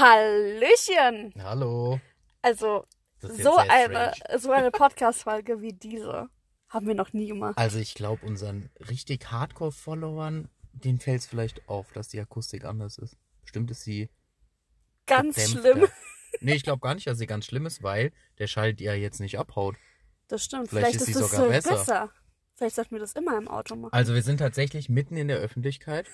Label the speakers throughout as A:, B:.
A: Hallöchen!
B: Hallo.
A: Also,
B: Das ist jetzt
A: so
B: sehr
A: eine,
B: strange.
A: so eine Podcast-Folge wie diese haben wir noch nie gemacht.
B: Also ich glaube, unseren richtig Hardcore-Followern, denen fällt es vielleicht auf, dass die Akustik anders ist. Bestimmt ist sie
A: Ganz
B: gedämpfter.
A: schlimm.
B: Nee, ich glaube gar nicht, dass sie ganz schlimm ist, weil der Schall die ja jetzt nicht abhaut.
A: Das stimmt.
B: Vielleicht ist sie
A: das
B: sogar
A: so
B: besser.
A: Vielleicht sollten wir das immer im Auto machen.
B: Also wir sind tatsächlich mitten in der Öffentlichkeit,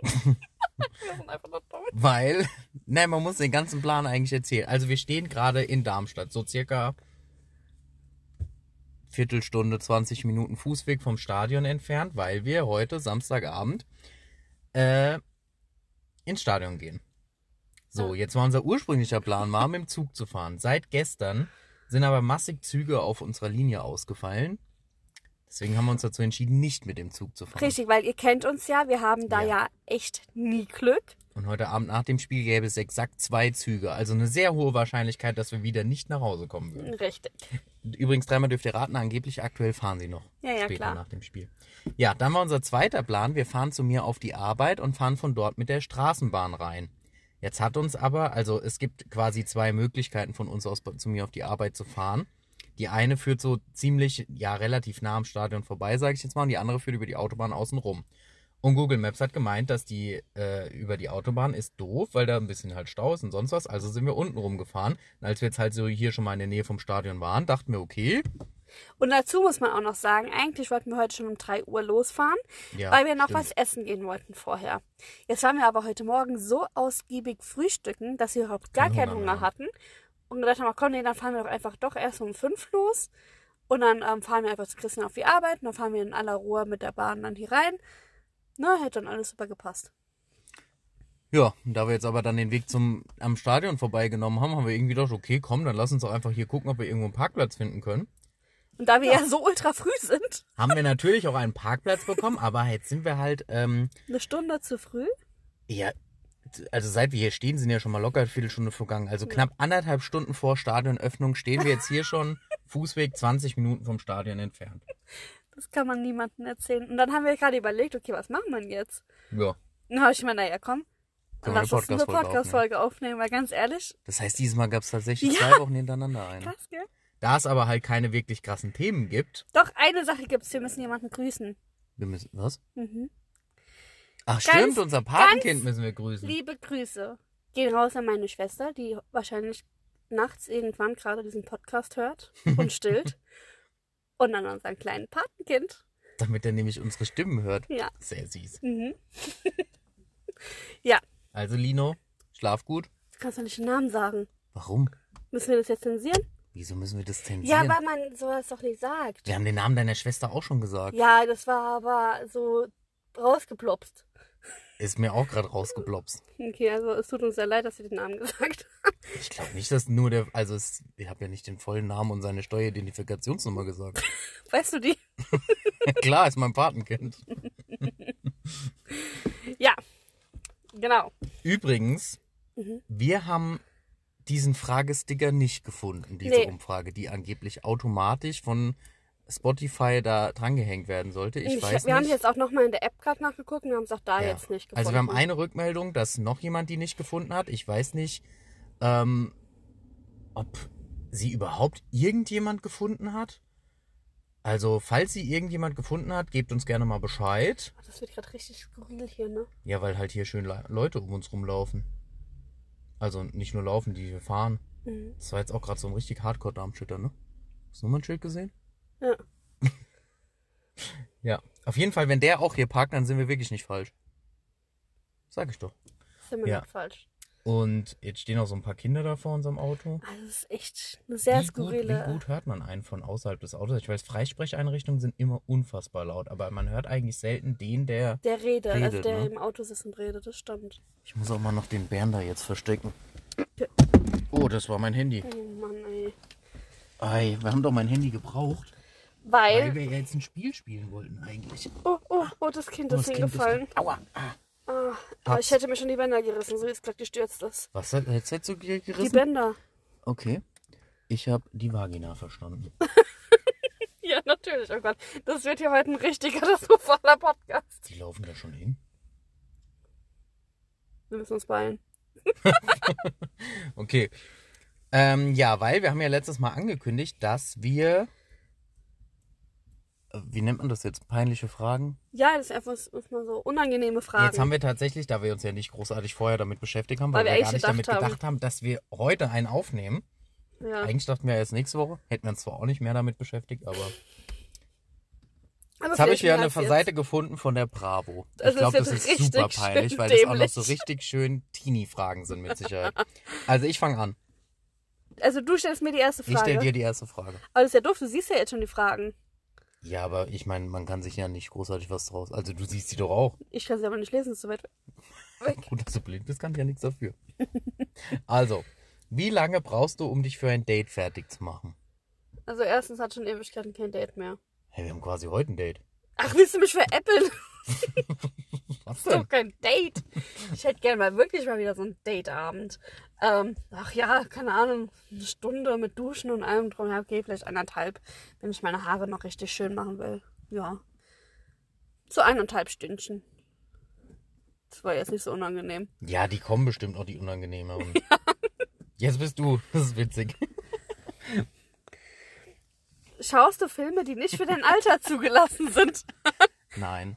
A: Wir sind einfach nur dumm.
B: weil, nein, man muss den ganzen Plan eigentlich erzählen. Also wir stehen gerade in Darmstadt, so circa Viertelstunde, 20 Minuten Fußweg vom Stadion entfernt, weil wir heute Samstagabend äh, ins Stadion gehen. So, jetzt war unser ursprünglicher Plan, mal mit dem Zug zu fahren. Seit gestern sind aber massig Züge auf unserer Linie ausgefallen. Deswegen haben wir uns dazu entschieden, nicht mit dem Zug zu fahren.
A: Richtig, weil ihr kennt uns ja, wir haben da ja,
B: Ja.
A: echt nie Glück.
B: Und heute Abend nach dem Spiel gäbe es exakt zwei Züge. Also eine sehr hohe Wahrscheinlichkeit, dass wir wieder nicht nach Hause kommen würden.
A: Richtig.
B: Übrigens, dreimal dürft ihr raten, angeblich aktuell fahren sie noch.
A: Ja, ja,
B: später
A: klar.
B: nach dem Spiel. Ja, dann war unser zweiter Plan. Wir fahren zu mir auf die Arbeit und fahren von dort mit der Straßenbahn rein. Jetzt hat uns aber, also es gibt quasi zwei Möglichkeiten von uns aus zu mir auf die Arbeit zu fahren. Die eine führt so ziemlich, ja, relativ nah am Stadion vorbei, sage ich jetzt mal, und die andere führt über die Autobahn außen rum. Und Google Maps hat gemeint, dass die äh, über die Autobahn ist doof, weil da ein bisschen halt Stau ist und sonst was. Also sind wir unten rumgefahren. Und als wir jetzt halt so hier schon mal in der Nähe vom Stadion waren, dachten wir, okay,
A: Und dazu muss man auch noch sagen, eigentlich wollten wir heute schon um 3 Uhr losfahren,
B: Ja,
A: weil wir noch
B: stimmt.
A: was essen gehen wollten vorher. Jetzt waren wir aber heute Morgen so ausgiebig frühstücken, dass wir überhaupt gar
B: Keinen
A: keinen
B: Hunger
A: Hunger
B: mehr
A: hatten. Und gedacht haben, komm, nee, dann fahren wir doch einfach doch erst um 5 los. Und dann ähm, fahren wir einfach zu Christian auf die Arbeit und dann fahren wir in aller Ruhe mit der Bahn dann hier rein. Na, hätte dann alles super gepasst.
B: Ja, und da wir jetzt aber dann den Weg zum am Stadion vorbeigenommen haben, haben wir irgendwie gedacht, okay, komm, dann lass uns doch einfach hier gucken, ob wir irgendwo einen Parkplatz finden können.
A: Und da wir ja, so ultra früh sind,
B: Haben wir natürlich auch einen Parkplatz bekommen, aber jetzt sind wir halt, ähm,
A: eine Stunde zu früh,
B: ja, also seit wir hier stehen, sind ja schon mal locker eine Viertelstunde vergangen. Also knapp anderthalb Stunden vor Stadionöffnung stehen wir jetzt hier schon Fußweg 20 Minuten vom Stadion entfernt.
A: das kann man niemandem erzählen. Und dann haben wir gerade überlegt, okay, was machen wir denn jetzt?
B: Ja,
A: Dann habe ich mir, naja, komm,
B: Können wir
A: lass
B: eine
A: uns eine
B: Podcast-Folge
A: Podcast-Folge aufnehmen, weil ganz ehrlich,
B: das heißt, dieses Mal gab's tatsächlich
A: Ja.
B: zwei Wochen hintereinander einen.
A: krass, gell?
B: Da es aber halt keine wirklich krassen Themen gibt,
A: Doch, eine Sache gibt's, wir müssen jemanden grüßen.
B: wir müssen, was?
A: Mhm.
B: Ach
A: Ganz-
B: stimmt, unser Patenkind müssen wir grüßen.
A: Liebe Grüße gehen raus an meine Schwester, die wahrscheinlich nachts irgendwann gerade diesen Podcast hört und stillt. und an unseren kleinen Patenkind.
B: Damit er nämlich unsere Stimmen hört.
A: Ja.
B: Sehr süß.
A: Mhm. ja,
B: Also Lino, schlaf gut.
A: du kannst doch nicht den Namen sagen.
B: Warum?
A: Müssen wir das jetzt zensieren?
B: Wieso müssen wir das
A: Ja,
B: zensieren?
A: weil man sowas doch nicht sagt.
B: wir haben den Namen deiner Schwester auch schon gesagt.
A: Ja, das war aber so rausgeplopst.
B: Ist mir auch gerade rausgeblopst.
A: Okay, also es tut uns sehr leid, dass wir den Namen gesagt haben.
B: Ich glaube nicht, dass nur der... Also es, ich habe ja nicht den vollen Namen und seine Steueridentifikationsnummer gesagt.
A: Weißt du die?
B: Klar, ist mein Patenkind.
A: Ja, genau.
B: Übrigens,
A: Mhm.
B: wir haben diesen Fragesticker nicht gefunden, diese
A: Nee.
B: Umfrage, die angeblich automatisch von Spotify da drangehängt werden sollte. Ich,
A: Ich-
B: weiß
A: wir
B: nicht.
A: haben jetzt auch nochmal in der App gerade nachgeguckt und wir haben es auch da
B: Ja.
A: jetzt nicht gefunden.
B: Also wir haben eine Rückmeldung, dass noch jemand die nicht gefunden hat. Ich weiß nicht, ähm, ob sie überhaupt irgendjemand gefunden hat. Also falls sie irgendjemand gefunden hat, gebt uns gerne mal Bescheid.
A: Ach, Das wird gerade richtig skurril hier, ne?
B: Ja, weil halt hier schön Le- Leute um uns rumlaufen. Also nicht nur laufen, die hier fahren.
A: Mhm.
B: Das war jetzt auch gerade so ein richtig Hardcore-Darmschütter, ne? Hast du nochmal ein Schild gesehen?
A: Ja.
B: Ja. Auf jeden Fall, wenn der auch hier parkt, dann sind wir wirklich nicht falsch. Sag ich doch.
A: Das ist immer
B: Ja.
A: noch falsch.
B: Und jetzt stehen auch so ein paar Kinder da vor unserem Auto.
A: Also das ist echt eine sehr
B: wie, gut,
A: skurrile.
B: wie gut hört man einen von außerhalb des Autos? Ich weiß, Freisprecheinrichtungen sind immer unfassbar laut, aber man hört eigentlich selten den, der.
A: Der redet, also
B: Redet,
A: der
B: ne?
A: im Auto sitzt und redet, das stimmt.
B: Ich muss auch mal noch den Bären da jetzt verstecken. Oh, das war mein Handy.
A: Oh Mann, ey.
B: Ei, wir haben doch mein Handy gebraucht, weil
A: Weil.
B: wir jetzt ein Spiel spielen wollten eigentlich.
A: Oh, oh, oh, das Kind
B: Oh,
A: ist
B: das Kind ist-
A: hingefallen.
B: Aua. Ah.
A: Ah, aber ich hätte mir schon die Bänder gerissen, so wie es gerade gestürzt ist.
B: Was hat- jetzt hättest du dir
A: Die
B: gerissen?
A: Bänder.
B: Okay. Ich habe die Vagina verstanden.
A: Ja, natürlich. Oh Gott, das wird hier heute ein richtig katastrophaler Podcast.
B: Die laufen da schon hin.
A: Wir müssen uns beeilen.
B: Okay. Ähm, ja, weil wir haben ja letztes Mal angekündigt, dass wir. äh, Wie nennt man das jetzt? Peinliche Fragen?
A: Ja, das ist einfach so- ist mal so unangenehme Fragen.
B: Jetzt haben wir tatsächlich, da wir uns ja nicht großartig vorher damit beschäftigt haben, weil,
A: Weil wir
B: wir gar
A: eigentlich
B: nicht damit
A: gedacht haben-
B: gedacht haben, dass wir heute einen aufnehmen.
A: ja.
B: Eigentlich dachten wir erst nächste Woche. Hätten wir uns zwar auch nicht mehr damit beschäftigt, aber.
A: Aber
B: Jetzt habe ich
A: vielleicht
B: ja eine
A: merkt's jetzt.
B: Seite gefunden von der Bravo.
A: Das
B: ich glaube,
A: ist
B: das
A: jetzt
B: ist super
A: richtig schön
B: peinlich, weil das auch noch
A: dämlich.
B: so richtig schön Teenie-Fragen sind mit Sicherheit. Also ich fange an.
A: Also du stellst mir die erste
B: Ich stelle
A: Frage.
B: dir die erste Frage.
A: Aber das ist ja doof, du siehst ja jetzt schon die Fragen.
B: Ja, aber ich meine, man kann sich ja nicht großartig was draus. Also du siehst die doch auch.
A: Ich kann sie aber nicht lesen, ist zu weit weg.
B: Gut, dass du blind bist, kann ich ja nichts dafür. Also, wie lange brauchst du, um dich für ein Date fertig zu machen?
A: Also erstens hat schon Ewigkeiten kein Date mehr.
B: Hey, wir haben quasi heute ein Date.
A: Ach, willst du mich veräppeln?
B: Was
A: So
B: denn?
A: kein Date. Ich hätte gerne mal wirklich mal wieder so einen Dateabend. Ähm, ach ja, keine Ahnung, eine Stunde mit Duschen und allem drum. Ja, okay, vielleicht anderthalb, wenn ich meine Haare noch richtig schön machen will. Ja. So eineinhalb Stündchen. Das war jetzt nicht so unangenehm.
B: Ja, die kommen bestimmt noch, die unangenehmeren. Jetzt bist du. Das ist witzig.
A: Schaust du Filme, die nicht für dein Alter zugelassen sind?
B: Nein.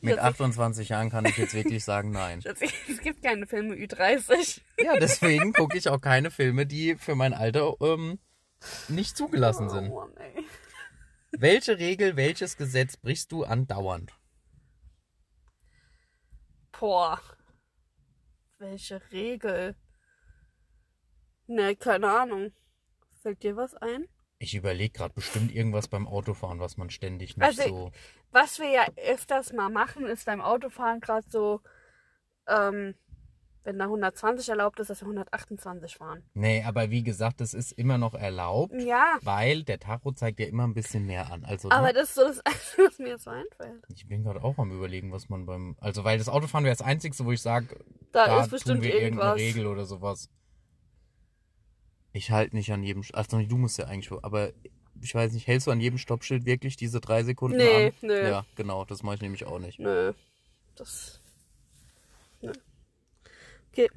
B: Mit 28 Jahren kann ich jetzt wirklich sagen, nein.
A: Schatzi, Es gibt keine Filme Ü30.
B: Ja, deswegen gucke ich auch keine Filme, die für mein Alter ähm, nicht zugelassen sind.
A: Oh, Mann, ey.
B: Welche Regel, welches Gesetz brichst du andauernd?
A: Boah. Welche Regel? Ne, keine Ahnung. Fällt dir was ein?
B: Ich überlege gerade bestimmt irgendwas beim Autofahren, was man ständig nicht
A: Also,
B: so.
A: Was wir ja öfters mal machen, ist beim Autofahren gerade so, ähm, wenn da 120 erlaubt ist, dass wir 128 fahren.
B: Nee, aber wie gesagt, das ist immer noch erlaubt,
A: Ja,
B: weil der Tacho zeigt ja immer ein bisschen mehr an. Also
A: aber
B: ne?
A: das ist so das Einzige, was mir jetzt so einfällt.
B: ich bin gerade auch am überlegen, was man beim. Also weil das Autofahren wäre das Einzige, wo ich sage,
A: Da,
B: da
A: ist bestimmt
B: tun wir
A: irgendwas.
B: irgendeine Regel oder sowas. Ich halte nicht an jedem. Sch- Ach, nee, du musst ja eigentlich. Aber ich weiß nicht, hältst du an jedem Stoppschild wirklich diese drei Sekunden
A: Nee,
B: an?
A: nee.
B: Ja, genau, das mache ich nämlich auch nicht.
A: Nö. Das. Nö. Okay.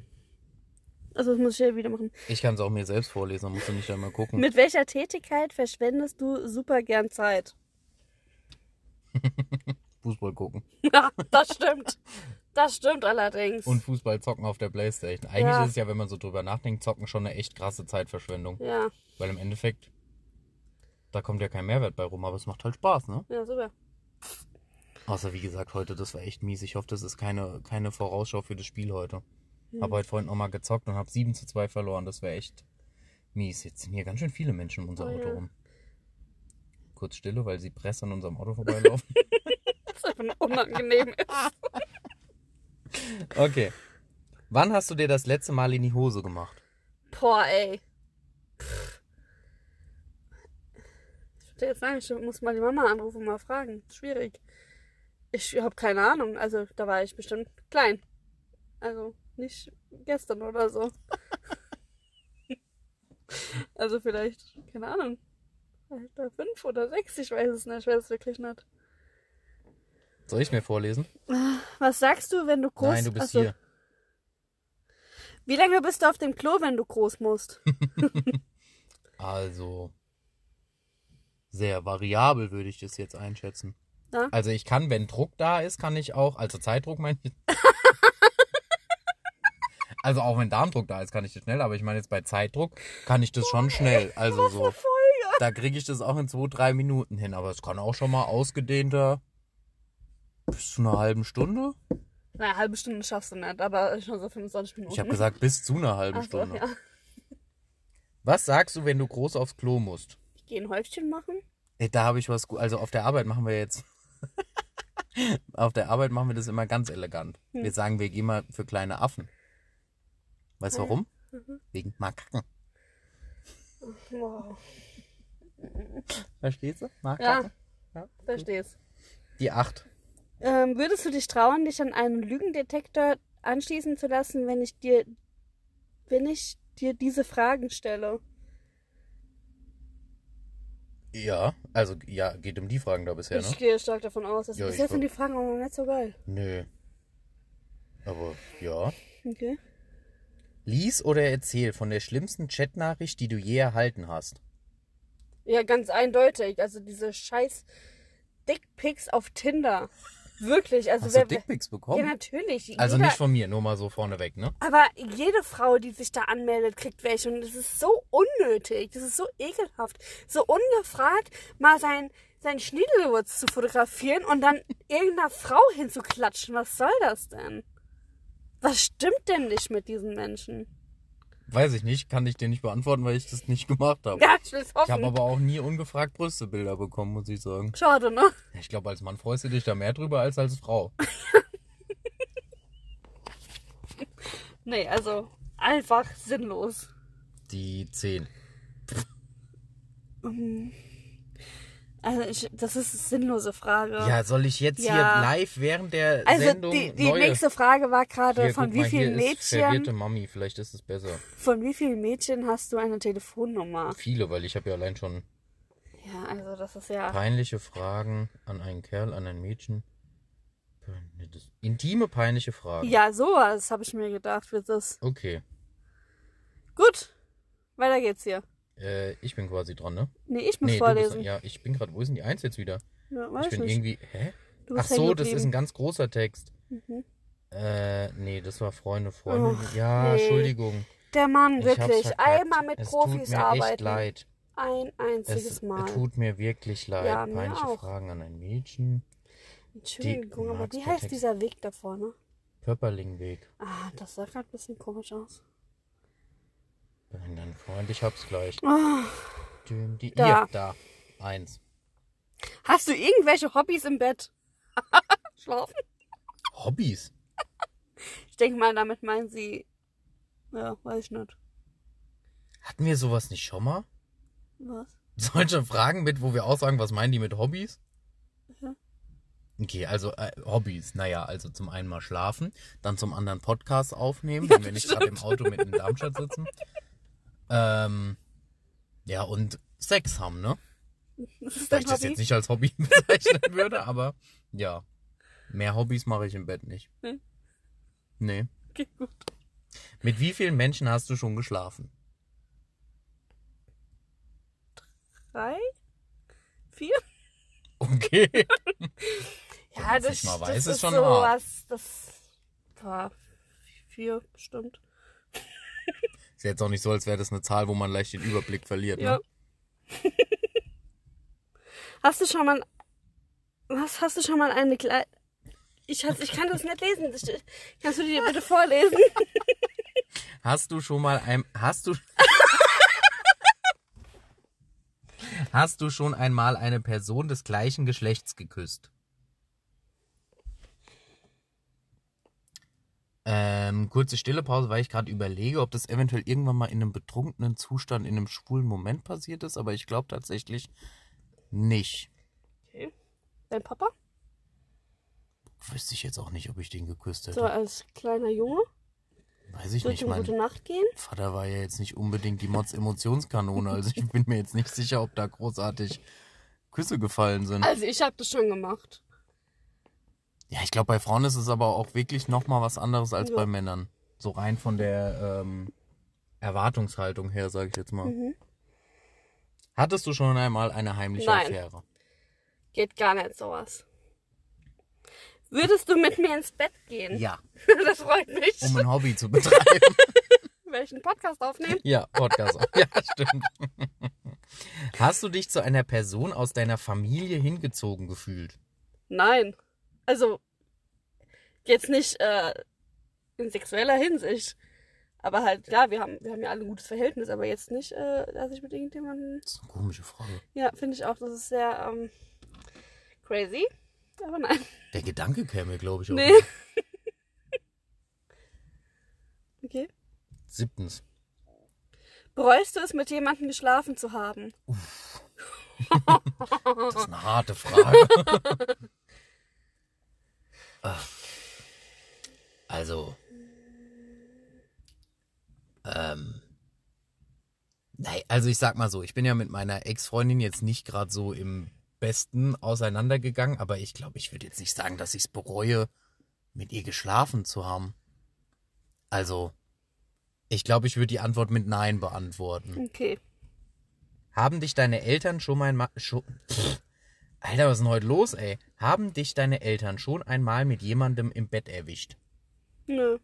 A: Also, das muss ich ja wieder machen.
B: Ich kann es auch mir selbst vorlesen, dann musst du nicht einmal gucken.
A: Mit welcher Tätigkeit verschwendest du super gern Zeit?
B: Fußball gucken.
A: Ja, das stimmt. Das stimmt allerdings.
B: Und Fußball zocken auf der Playstation. Eigentlich
A: Ja.
B: ist es ja, wenn man so drüber nachdenkt, zocken schon eine echt krasse Zeitverschwendung.
A: ja,
B: Weil im Endeffekt, da kommt ja kein Mehrwert bei rum, aber es macht halt Spaß, ne?
A: ja, super.
B: Außer wie gesagt, heute, das war echt mies. Ich hoffe, das ist keine, keine Vorausschau für das Spiel heute. Habe heute vorhin nochmal gezockt und habe 7 zu 2 verloren. Das wäre echt mies. Jetzt sind hier ganz schön viele Menschen um unser
A: Oh
B: Auto
A: ja.
B: rum. Kurz Stille, weil sie press an unserem Auto vorbeilaufen.
A: Das ist einfach nur unangenehm.
B: okay. Wann hast du dir das letzte Mal in die Hose gemacht?
A: Boah, ey. Pff. Ich würde jetzt sagen, ich muss mal die Mama anrufen und mal fragen. Schwierig. Ich habe keine Ahnung. Also, da war ich bestimmt klein. Also, nicht gestern oder so. also, vielleicht, keine Ahnung. Alter, fünf oder sechs, ich weiß es nicht. Ich weiß es wirklich nicht.
B: Soll ich mir vorlesen?
A: Was sagst du, wenn du groß
B: Nein, du bist
A: Achso.
B: hier.
A: Wie lange bist du auf dem Klo, wenn du groß musst?
B: Also sehr variabel würde ich das jetzt einschätzen.
A: Na?
B: Also ich kann, wenn Druck da ist, kann ich auch, also Zeitdruck meine ich. also auch wenn Darmdruck da ist, kann ich das schnell, aber ich meine jetzt bei Zeitdruck kann ich das schon schnell. Also so. Da kriege ich das auch in zwei, drei Minuten hin, aber es kann auch schon mal ausgedehnter bis zu einer halben Stunde.
A: Na, eine halbe Stunde schaffst du nicht, aber schon so 25 Minuten.
B: Ich habe gesagt bis zu einer halben
A: Mhm. Ach so,
B: Stunde.
A: ja.
B: Was sagst du, wenn du groß aufs Klo musst?
A: Ich gehe ein Häufchen machen.
B: Ey, Da habe ich was gut. Also auf der Arbeit machen wir jetzt. auf der Arbeit machen wir das immer ganz elegant.
A: Hm.
B: Wir sagen, wir gehen mal für kleine Affen. Weißt du warum?
A: Mhm.
B: Wegen Makaken.
A: Wow.
B: Verstehst du?
A: Ja,
B: Makaken.
A: verstehst.
B: Die acht.
A: Ähm, würdest du dich trauen, dich an einen Lügendetektor anschließen zu lassen, wenn ich dir, wenn ich dir diese Fragen stelle?
B: Ja, also ja, geht um die Fragen da bisher, ne?
A: Ich gehe stark davon aus, dass
B: Ja,
A: bis
B: ich
A: jetzt sind die
B: wür-
A: Fragen auch noch nicht so geil.
B: Nö. Aber ja.
A: Okay.
B: Lies oder erzähl von der schlimmsten Chatnachricht, die du je erhalten hast.
A: Ja, ganz eindeutig. Also diese scheiß Dickpics auf Tinder. Wirklich. Also
B: Hast du
A: wer, wer,
B: Dickpics
A: ja,
B: bekommen?
A: natürlich.
B: Also
A: Jeder-
B: nicht von mir, nur mal so vorneweg, ne?
A: Aber jede Frau, die sich da anmeldet, kriegt welche. Und das ist so unnötig. Das ist so ekelhaft. So ungefragt mal sein, sein Schniedelwurz zu fotografieren und dann irgendeiner Frau hinzuklatschen. Was soll das denn? Was stimmt denn nicht mit diesen Menschen?
B: Weiß ich nicht, kann ich dir nicht beantworten, weil ich das nicht gemacht habe.
A: Ja, ich will's
B: Ich habe
A: hoffen.
B: aber auch nie ungefragt Brüstebilder bekommen, muss ich sagen.
A: Schade, ne?
B: Ich glaube, als Mann freust du dich da mehr drüber als als Frau.
A: Nee, also einfach sinnlos.
B: Die 10.
A: Also ich, das ist eine sinnlose Frage.
B: Ja, soll ich jetzt hier
A: Ja.
B: live während der
A: also
B: Sendung
A: die, die
B: neue...
A: nächste Frage war gerade,
B: Hier,
A: von
B: guck
A: wie
B: mal, hier
A: vielen
B: ist verwirrte
A: Mädchen,
B: Mami, vielleicht ist es besser.
A: von wie vielen Mädchen hast du eine Telefonnummer?
B: Viele, weil ich habe ja allein schon
A: Ja, also das ist ja.
B: peinliche Fragen an einen Kerl, an ein Mädchen. Peinliches- Intime, peinliche Fragen.
A: Ja, sowas habe ich mir gedacht, wird das.
B: Okay,
A: Gut, weiter geht's hier.
B: äh, ich bin quasi dran, ne?
A: Nee, ich muss
B: nee, Du
A: vorlesen.
B: bist, ja, ich bin gerade, wo ist denn die Eins jetzt wieder?
A: Ja,
B: ich
A: weiß
B: bin
A: nicht.
B: irgendwie, hä?
A: Du
B: Ach
A: bist
B: so,
A: hängen
B: das ist ein
A: geblieben.
B: ganz großer Text.
A: Mhm.
B: Äh, nee, das war Freunde, Freunde.
A: Och,
B: ja,
A: nee.
B: Entschuldigung.
A: Der Mann,
B: Ich hab's
A: wirklich.
B: verkackt.
A: Einmal mit
B: es tut
A: Profis
B: mir Echt
A: arbeiten.
B: leid.
A: Ein einziges
B: Es
A: Mal.
B: tut mir wirklich leid.
A: Ja, mir
B: Peinliche
A: auch.
B: Fragen an ein Mädchen.
A: Entschuldigung,
B: Die-
A: aber wie
B: Marx
A: heißt
B: Text.
A: dieser Weg da vorne?
B: Pöpperlingweg.
A: Ah, das sah gerade ein bisschen komisch aus.
B: Nein, dann Freund, ich hab's gleich.
A: Ah.
B: Düm, die,
A: Da.
B: da. Hier, da. Eins.
A: Hast du irgendwelche Hobbys im Bett? Schlafen?
B: Hobbys?
A: Ich denke mal, damit meinen sie. Ja, weiß ich nicht.
B: Hatten wir sowas nicht schon mal?
A: Was?
B: Solche Fragen mit, wo wir auch sagen, was meinen die mit Hobbys?
A: Mhm.
B: Okay, also äh, Hobbys. Naja, also zum einen mal schlafen, dann zum anderen Podcast aufnehmen,
A: Ja,
B: wenn wir nicht gerade im Auto mit in Darmstadt sitzen. Ähm, ja, und Sex haben, ne?
A: Das ist
B: Da
A: dein
B: ich das
A: Hobby?
B: jetzt nicht als Hobby bezeichnen würde, aber ja. Mehr Hobbys mache ich im Bett nicht.
A: Nee.
B: Nee.
A: Okay, gut.
B: Mit wie vielen Menschen hast du schon geschlafen?
A: Drei? Vier?
B: Okay.
A: Ja,
B: Wenn man's
A: das,
B: nicht mal
A: das
B: weiß,
A: ist,
B: ist schon hart.
A: sowas, das war vier bestimmt.
B: Ist jetzt auch nicht so, als wäre das eine Zahl, wo man leicht den Überblick verliert.
A: Ja.
B: Ne?
A: hast du schon mal was hast du schon mal eine Kleid ich, hab- ich kann das nicht lesen. Ich, kannst du die bitte vorlesen?
B: Hast du schon mal ein, hast du, hast du schon einmal eine Person des gleichen Geschlechts geküsst? Ähm, kurze stille Pause, weil ich gerade überlege, ob das eventuell irgendwann mal in einem betrunkenen Zustand, in einem schwulen Moment passiert ist, aber ich glaube tatsächlich nicht.
A: Okay. Dein Papa?
B: Wüsste ich jetzt auch nicht, ob ich den geküsst hätte.
A: So als kleiner Junge.
B: Weiß ich
A: Durch
B: nicht,
A: den
B: mein
A: Gute Nacht gehen.
B: Vater war ja jetzt nicht unbedingt die Mods Emotionskanone, also ich bin mir jetzt nicht sicher, ob da großartig Küsse gefallen sind.
A: Also ich habe das schon gemacht.
B: Ja, ich glaube, bei Frauen ist es aber auch wirklich nochmal was anderes als
A: Ja.
B: bei Männern. So rein von der ähm, Erwartungshaltung her, sage ich jetzt mal.
A: Mhm.
B: Hattest du schon einmal eine heimliche
A: Nein.
B: Affäre?
A: Geht gar nicht sowas. Würdest du mit mir ins Bett gehen?
B: Ja,
A: das freut mich.
B: um ein Hobby zu betreiben.
A: Welchen Podcast aufnehmen?
B: ja, Podcast. auch. Ja, stimmt. Hast du dich zu einer Person aus deiner Familie hingezogen gefühlt?
A: Nein. Also jetzt nicht äh, in sexueller Hinsicht. Aber halt, ja, wir haben, wir haben ja alle ein gutes Verhältnis, aber jetzt nicht, äh, dass ich mit irgendjemandem.
B: Das ist eine komische Frage.
A: Ja, finde ich auch, das ist sehr ähm, crazy. Aber nein.
B: Der Gedanke käme, glaube ich, auch.
A: Nee.
B: nicht.
A: Okay.
B: Siebtens.
A: Bereust du es, mit jemandem geschlafen zu haben?
B: Das ist eine harte Frage. Ach. also. Ähm. Nein, also ich sag mal so, ich bin ja mit meiner Ex-Freundin jetzt nicht gerade so im Besten auseinandergegangen, aber ich glaube, ich würde jetzt nicht sagen, dass ich es bereue, mit ihr geschlafen zu haben? Also, ich glaube, ich würde die Antwort mit Nein beantworten.
A: Okay.
B: Haben dich deine Eltern schon mal... ma- Schon, pff, Alter, was ist denn heute los, ey? Haben dich deine Eltern schon einmal mit jemandem im Bett erwischt?
A: Nö.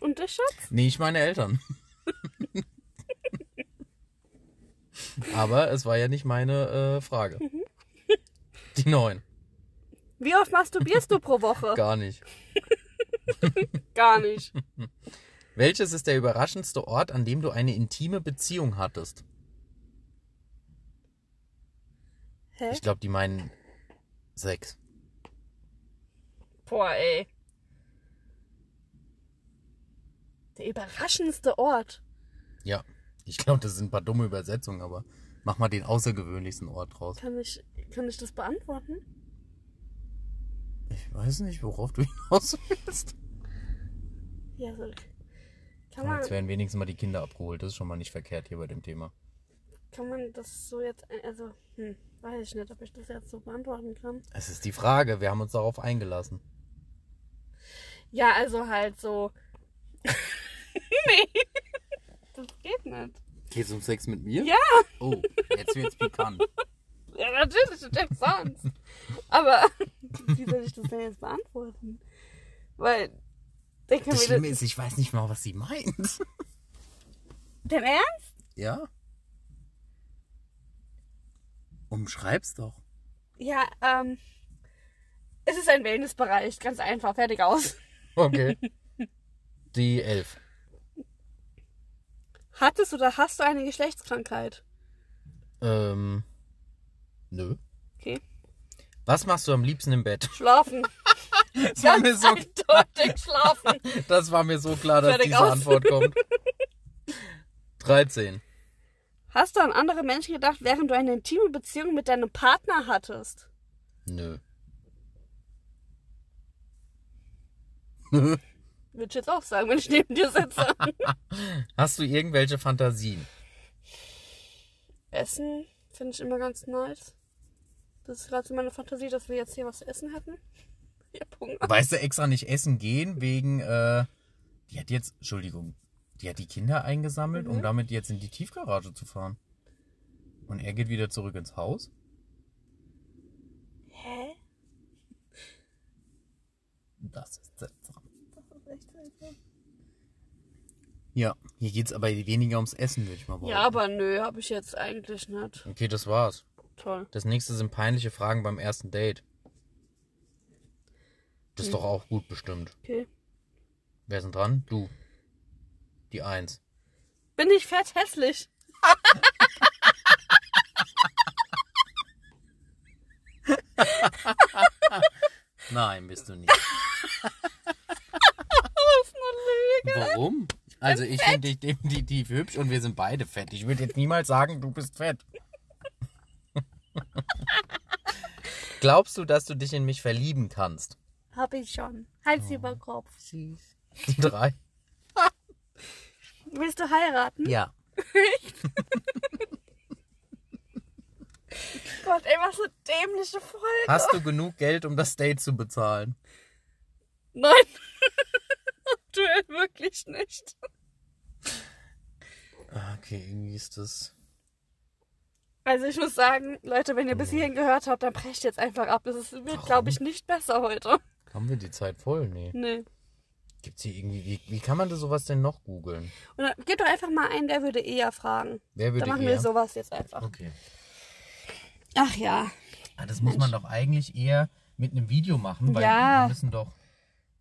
A: Und der Schatz?
B: Nee, ich meine Eltern. Aber es war ja nicht meine äh, Frage. Die neun.
A: Wie oft masturbierst du pro Woche? Gar,
B: Gar
A: nicht.
B: nicht. Welches ist der überraschendste Ort, an dem du eine intime Beziehung hattest?
A: Hä?
B: Ich glaube, die meinen Sex.
A: Boah, ey. Der überraschendste Ort.
B: Ja. Ich glaube, das sind ein paar dumme Übersetzungen, aber mach mal den außergewöhnlichsten Ort draus.
A: Kann ich, kann ich das beantworten?
B: Ich weiß nicht, worauf du hinaus willst.
A: Ja, so. Kann
B: Jetzt
A: man,
B: werden wenigstens mal die Kinder abgeholt. Das ist schon mal nicht verkehrt hier bei dem Thema.
A: kann man das so jetzt, ein- also, hm, weiß ich nicht, ob ich das jetzt so beantworten kann.
B: Es ist die Frage. Wir haben uns darauf eingelassen.
A: Ja, also halt so. nee. Das geht nicht.
B: Geht's um Sex mit mir?
A: Ja.
B: Oh, jetzt wird's pikant.
A: Ja, natürlich, denn sonst. Aber wie soll ich das denn jetzt beantworten? Weil, der kann
B: Das
A: mir
B: Schlimme
A: das,
B: ist, ich weiß nicht mal, was sie meint.
A: Dein Ernst?
B: Ja? Umschreib's doch.
A: Ja, ähm, es ist ein Wellnessbereich, ganz einfach, fertig aus.
B: Okay. Die elf.
A: Hattest oder hast du eine Geschlechtskrankheit?
B: Ähm. Nö.
A: Okay.
B: Was machst du am liebsten im Bett?
A: Schlafen.
B: Das war mir so,
A: Eindeutig schlafen.
B: das war mir so klar, dass
A: Fertig
B: diese
A: aus.
B: Antwort kommt. 13.
A: Hast du an andere Menschen gedacht, während du eine intime Beziehung mit deinem Partner hattest?
B: Nö.
A: Würde ich jetzt auch sagen, wenn ich neben dir sitze.
B: Hast du irgendwelche Fantasien?
A: Essen finde ich immer ganz nice. Das ist gerade so meine Fantasie, dass wir jetzt hier was zu essen hätten. Ich hab Hunger.
B: Weißt du, extra nicht essen gehen wegen, äh, die hat jetzt, Entschuldigung, die hat die Kinder eingesammelt,
A: Mhm.
B: um damit jetzt in die Tiefgarage zu fahren. Und er geht wieder zurück ins Haus?
A: Hä?
B: Das ist seltsam. Ja, hier geht's aber weniger ums Essen, würde ich mal behaupten.
A: Ja, aber nö, habe ich jetzt eigentlich nicht.
B: Okay, das war's.
A: Toll.
B: Das nächste sind peinliche Fragen beim ersten Date. Das ist doch auch gut bestimmt.
A: Okay.
B: Wer sind dran? Du. Die Eins.
A: Bin ich fett hässlich?
B: Nein, bist du nicht.
A: Das ist eine Lüge.
B: Warum? Also ich finde dich definitiv hübsch und wir sind beide fett. Ich würde jetzt niemals sagen, du bist fett. Glaubst du, dass du dich in mich verlieben kannst?
A: Hab ich schon. Hals über Kopf.
B: Oh, Süß. Drei.
A: Willst du heiraten?
B: Ja.
A: Gott, ey, was eine dämliche Folge.
B: Hast du genug Geld, um das Date zu bezahlen?
A: Nein. Aktuell wirklich nicht.
B: Ah, Okay, irgendwie ist das.
A: Also ich muss sagen, Leute, wenn ihr bis hierhin gehört habt, dann brecht jetzt einfach ab. Es ist- wird,
B: Oh. Warum?
A: glaube ich, nicht besser heute.
B: Haben wir die Zeit voll? Nee.
A: Nee.
B: Gibt's hier irgendwie. Wie, wie kann man da sowas denn noch googeln?
A: Und dann, gib doch einfach mal einen, der würde eher fragen.
B: Wer würde
A: dann machen
B: eher?
A: wir sowas jetzt einfach.
B: Okay.
A: Ach ja.
B: Ah, das muss man doch eigentlich eher mit einem Video machen, weil
A: Ja.
B: wir müssen doch.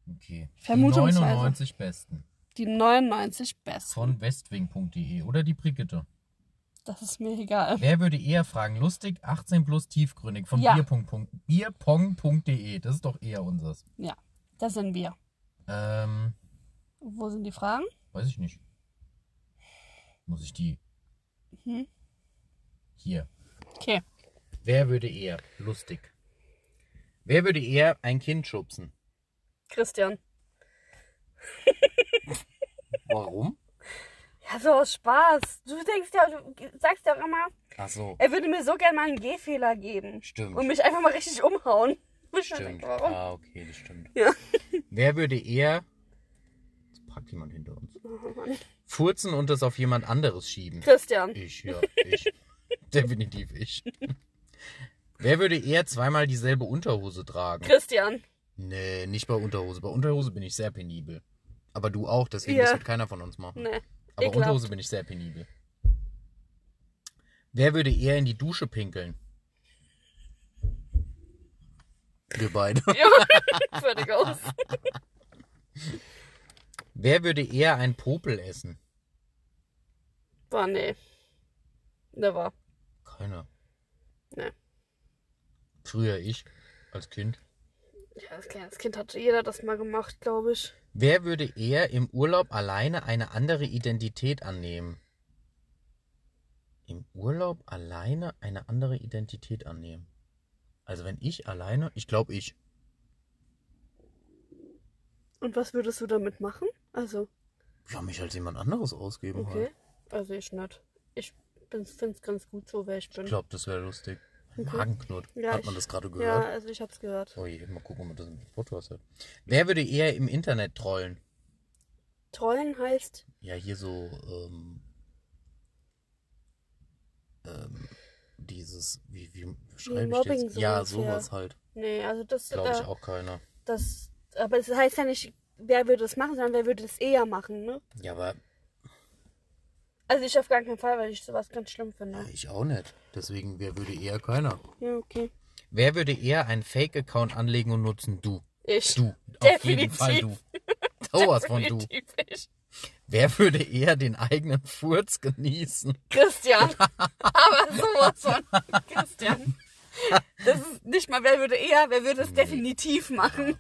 B: Okay. Die
A: Vermutungsweise.
B: 99 Besten
A: Die 99 Besten.
B: von westwing.de oder die Brigitte.
A: Das ist mir egal.
B: Wer würde eher fragen? Lustig, 18 plus tiefgründig von
A: Ja.
B: bierpong.de. Bierpong.de. Das ist doch eher unseres.
A: Ja, das sind wir.
B: Ähm,
A: Wo sind die Fragen?
B: weiß ich nicht. Muss ich die?
A: Mhm.
B: Hier.
A: Okay.
B: Wer würde eher? Lustig. Wer würde eher ein Kind schubsen?
A: Christian.
B: Warum?
A: Ja, so aus Spaß. Du denkst ja, du sagst ja auch immer,
B: Ach so.
A: Äh, er würde mir so gern mal einen Gehfehler geben.
B: Stimmt.
A: Und mich einfach mal richtig umhauen. mich schon
B: Stimmt.
A: denkt, warum?
B: Ah, okay, das stimmt.
A: Ja.
B: Wer würde eher. Jetzt packt jemand hinter uns.
A: Oh
B: Furzen und das auf jemand anderes schieben.
A: Christian,
B: Ich, ja, ich. Definitiv ich. Wer würde eher zweimal dieselbe Unterhose tragen?
A: Christian.
B: Nee, nicht bei Unterhose. Bei Unterhose bin ich sehr penibel. Aber du auch, deswegen
A: Ja.
B: das wird keiner von uns machen.
A: Ne.
B: Aber
A: ekelhaft.
B: Unterhose bin ich sehr penibel. Wer würde eher in die Dusche pinkeln? Wir beide.
A: Ja, fertig aus.
B: Wer würde eher ein Popel essen?
A: Boah, nee. Never.
B: Keiner.
A: Nee.
B: Früher ich, als Kind.
A: Ja, als kleines Kind hat jeder das mal gemacht, glaube ich.
B: Wer würde eher im Urlaub alleine eine andere Identität annehmen? Im Urlaub alleine eine andere Identität annehmen. Also wenn ich alleine, ich glaube ich.
A: Und was würdest du damit machen? Also,
B: Ja, mich als jemand anderes ausgeben
A: okay.
B: halt.
A: Also ich nicht. Ich finde es ganz gut so, wer ich bin.
B: Ich glaube, das wäre lustig. Ein
A: Okay.
B: Magenknurrt.
A: Ja,
B: hat man
A: ich-
B: das gerade gehört?
A: ja, also ich hab's gehört.
B: Oh je, mal gucken, ob man das im Podcast hat. Wer würde eher im Internet trollen?
A: Trollen heißt,
B: Ja, hier so, ähm, ähm, dieses, wie, wie schreibe ich
A: Mobbing,
B: das? Ja,
A: so ungefähr.
B: sowas halt.
A: nee, also das,
B: Glaube ich
A: da-
B: auch keiner.
A: das, aber das heißt ja nicht, wer würde es machen, sondern wer würde es eher machen, ne?
B: Ja, aber
A: Also ich auf gar keinen Fall, weil ich sowas ganz schlimm finde.
B: ich auch nicht. Deswegen, wer würde eher keiner?
A: Ja, okay.
B: Wer würde eher einen Fake-Account anlegen und nutzen? Du.
A: Ich.
B: Du. Auf jeden
A: Definitiv.
B: Fall du. Dauers von du.
A: Definitiv ich.
B: Wer würde eher den eigenen Furz genießen?
A: Christian. Aber sowas von Christian. Das ist nicht mal, wer würde eher, wer würde es definitiv machen.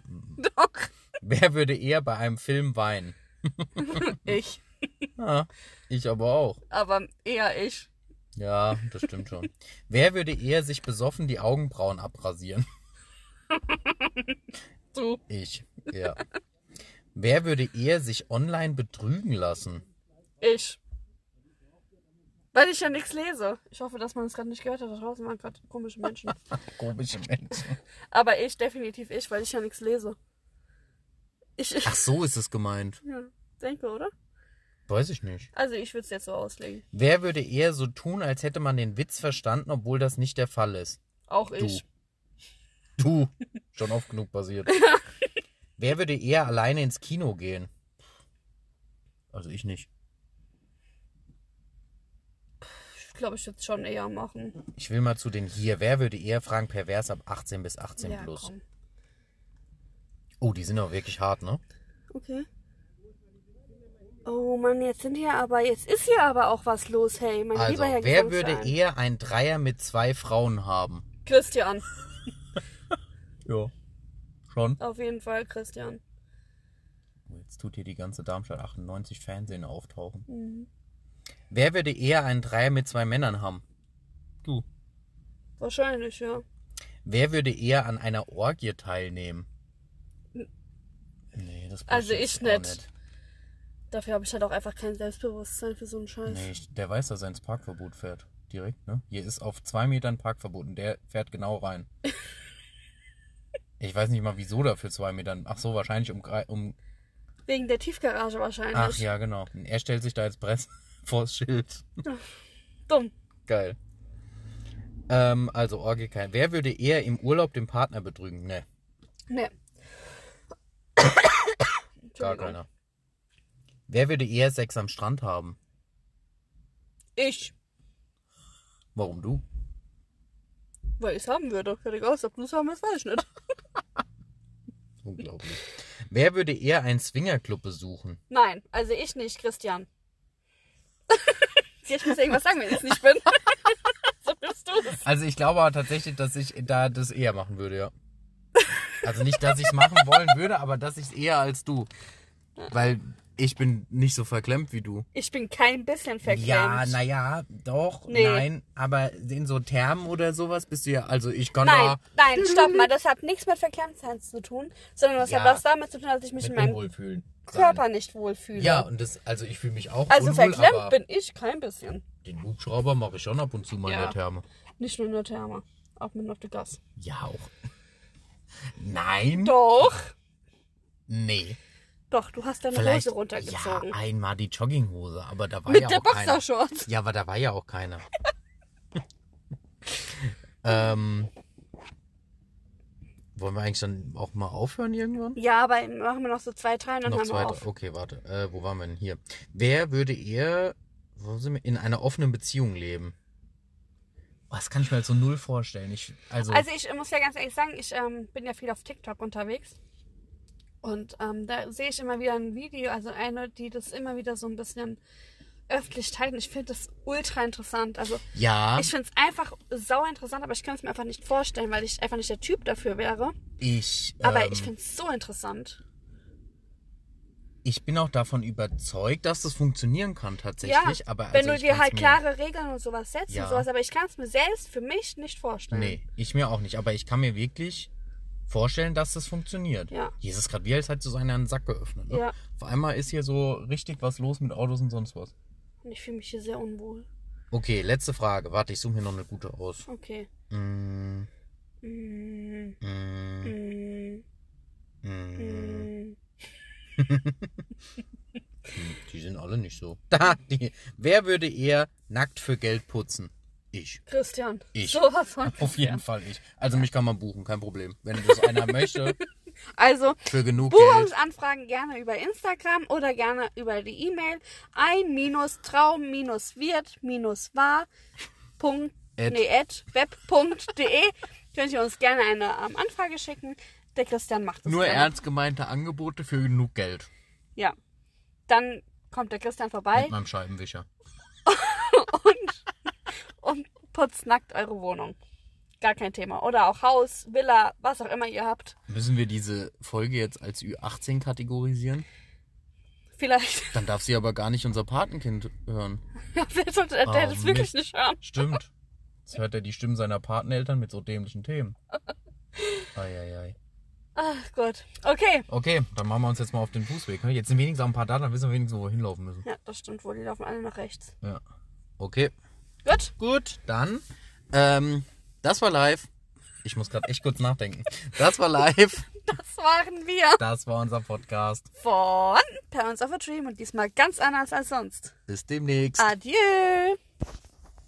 A: Doch.
B: Wer würde eher bei einem Film weinen?
A: Ich.
B: Ja, ich aber auch.
A: Aber eher ich.
B: Ja, das stimmt schon. Wer würde eher sich besoffen die Augenbrauen abrasieren?
A: Du.
B: Ich, ja. Wer würde eher sich online betrügen lassen?
A: Ich. Weil ich ja nichts lese. Ich hoffe, dass man es gerade nicht gehört hat. Da draußen waren gerade komische Menschen.
B: Komische Menschen.
A: Aber ich, definitiv ich, weil ich ja nichts lese. Ich, ich
B: Ach, so ist es gemeint.
A: ja, denke, oder?
B: Weiß ich nicht.
A: Also ich würde es jetzt so auslegen.
B: Wer würde eher so tun, als hätte man den Witz verstanden, obwohl das nicht der Fall ist?
A: Auch
B: Du.
A: ich.
B: Du. Schon oft genug passiert. Wer würde eher alleine ins Kino gehen? Also ich nicht.
A: Ich glaube, ich würde es schon eher machen.
B: Ich will mal zu den hier. Wer würde eher fragen, pervers ab 18 bis 18
A: Ja,
B: plus?
A: komm.
B: Oh, die sind auch wirklich hart, ne?
A: Okay. Oh Mann, jetzt sind hier aber, jetzt ist hier aber auch was los, hey, mein
B: Also,
A: lieber Herr
B: wer würde eh-
A: Gesangsverein.
B: eher ein Dreier mit zwei Frauen haben?
A: Christian,
B: Ja. Schon.
A: auf jeden Fall Christian.
B: Oh, Jetzt tut hier die ganze Darmstadt 98 Fernsehen auftauchen.
A: Mhm.
B: Wer würde eher ein Dreier mit zwei Männern haben? Du.
A: Wahrscheinlich, ja.
B: Wer würde eher an einer Orgie teilnehmen? Nee, das brauch
A: Also
B: jetzt
A: ich
B: auch
A: nicht. Dafür habe ich halt auch einfach kein Selbstbewusstsein für so einen Scheiß.
B: Nee, ich, der weiß, dass er ins Parkverbot fährt. Direkt, ne? Hier ist auf zwei Metern Parkverbot und der fährt genau rein. ich weiß nicht mal, wieso da für zwei Metern. Ach so, wahrscheinlich um, grei- um
A: Wegen der Tiefgarage wahrscheinlich.
B: Ach ja, genau. Er stellt sich da als Press vors Schild.
A: Dumm.
B: Geil. Ähm, also Orgie kein. Wer würde eher im Urlaub den Partner betrügen? Ne,
A: Nee.
B: gar
A: Entschuldigung.
B: keiner. Wer würde eher Sex am Strand haben?
A: Ich,
B: Warum du?
A: weil ich es haben würde. Fertig aus, ob du es haben willst, weiß ich nicht.
B: Unglaublich. Wer würde eher einen Swingerclub besuchen?
A: Nein, also ich nicht, Christian. Jetzt muss irgendwas sagen, wenn ich es nicht bin. so bist du es.
B: Also ich glaube aber tatsächlich, dass ich da das eher machen würde, ja. Also nicht, dass ich es machen wollen würde, aber dass ich es eher als du. Weil ich bin nicht so verklemmt wie du.
A: Ich bin kein bisschen verklemmt.
B: Ja, naja, doch,
A: Nee.
B: nein, aber in so Thermen oder sowas bist du ja, also ich kann
A: Nein,
B: da
A: nein, stopp mal. Das hat nichts mit Verklemmtsein zu tun, sondern das
B: Ja.
A: hat was damit zu tun, dass ich mich
B: mit
A: in meinem
B: unwohl fühlen.
A: Körper nicht wohlfühle.
B: Ja, und das, also ich fühle mich auch
A: also
B: unwohl,
A: verklemmt
B: aber
A: bin ich kein bisschen.
B: den Hubschrauber mache ich schon ab und zu mal in
A: Ja.
B: der Therme.
A: Nicht nur in der Therme, auch mit auf der Gas.
B: Ja, auch. Nein.
A: Doch.
B: Nee.
A: Doch, du hast deine
B: Vielleicht
A: Hose runtergezogen.
B: Ja, einmal die Jogginghose, aber da war
A: Mit
B: ja
A: der
B: auch keine.
A: Boxershorts.
B: Ja, aber da war ja auch keine. ähm, wollen wir eigentlich dann auch mal aufhören irgendwann?
A: Ja, aber machen wir noch so zwei, drei und dann
B: Noch
A: haben
B: zwei.
A: wir auf.
B: Okay, warte. Äh, wo waren wir denn hier? Wer würde eher wo sind wir, in einer offenen Beziehung leben? Oh, Das kann ich mir halt so null vorstellen. Ich, also,
A: Also ich muss ja ganz ehrlich sagen, ich ähm, bin ja viel auf TikTok unterwegs. Und ähm, da sehe ich immer wieder ein Video, also eine, die das immer wieder so ein bisschen öffentlich teilt. Und ich finde das ultra interessant. Also
B: ja,
A: ich
B: ich,
A: finde es einfach sau interessant, aber ich kann es mir einfach nicht vorstellen, weil ich einfach nicht der Typ dafür wäre. Aber
B: ähm,
A: ich finde es so interessant.
B: ich bin auch davon überzeugt, dass das funktionieren kann tatsächlich.
A: ja,
B: aber
A: wenn
B: also
A: du
B: ich
A: dir
B: kann's
A: halt
B: mir-
A: klare Regeln und sowas setzt
B: Ja.
A: und sowas, aber ich kann es mir selbst für mich nicht vorstellen.
B: Nee, ich mir auch nicht. Aber ich kann mir wirklich vorstellen, dass das funktioniert.
A: Ja.
B: Jesus, gerade wie als hat so seiner einen Sack geöffnet. Ne?
A: Ja.
B: Auf einmal ist hier so richtig was los mit Autos und sonst was.
A: Und ich fühle mich hier sehr unwohl.
B: Okay, letzte Frage. Warte, ich suche mir noch eine gute aus.
A: Okay.
B: Mm,
A: Mm,
B: mm,
A: mm,
B: mm.
A: mm.
B: Die sind alle nicht so. Da, die. Wer würde eher nackt für Geld putzen? Ich.
A: Christian.
B: Ich.
A: Sowas von.
B: Auf jeden Fall ich. Also mich kann man buchen, kein Problem. Wenn das einer möchte,
A: Also,
B: für genug Geld.
A: Buchungsanfragen gerne über Instagram oder gerne über die E-Mail ein-traum-wirt-war.de
B: At.
A: nee, at web.de könnt ihr uns gerne eine ähm, Anfrage schicken. Der Christian macht das.
B: Nur
A: gerne.
B: ernst gemeinte Angebote für genug Geld.
A: Ja. Dann kommt der Christian vorbei
B: Mit meinem Scheibenwischer.
A: und putzt nackt eure Wohnung. Gar kein Thema. Oder auch Haus, Villa, was auch immer ihr habt.
B: Müssen wir diese Folge jetzt als Ü18 kategorisieren?
A: Vielleicht,
B: Dann darf sie aber gar nicht unser Patenkind hören.
A: vielleicht sollte der
B: Oh,
A: das wirklich
B: Mist.
A: nicht hören.
B: Stimmt. Jetzt hört er die Stimmen seiner Pateneltern mit so dämlichen Themen. Eieiei.
A: Ach Gott. Okay.
B: Okay, dann machen wir uns jetzt mal auf den Fußweg. ne? Jetzt sind wenigstens auch ein paar da, dann wissen wir wenigstens, wo wir hinlaufen müssen.
A: Ja, das stimmt wohl. Die laufen alle nach rechts.
B: Ja. Okay.
A: Gut.
B: Gut, dann. Ähm, das war live. Ich muss gerade echt kurz nachdenken. Das war live.
A: Das waren wir
B: Das war unser Podcast.
A: von Parents of a Dream und diesmal ganz anders als sonst.
B: Bis demnächst.
A: Adieu.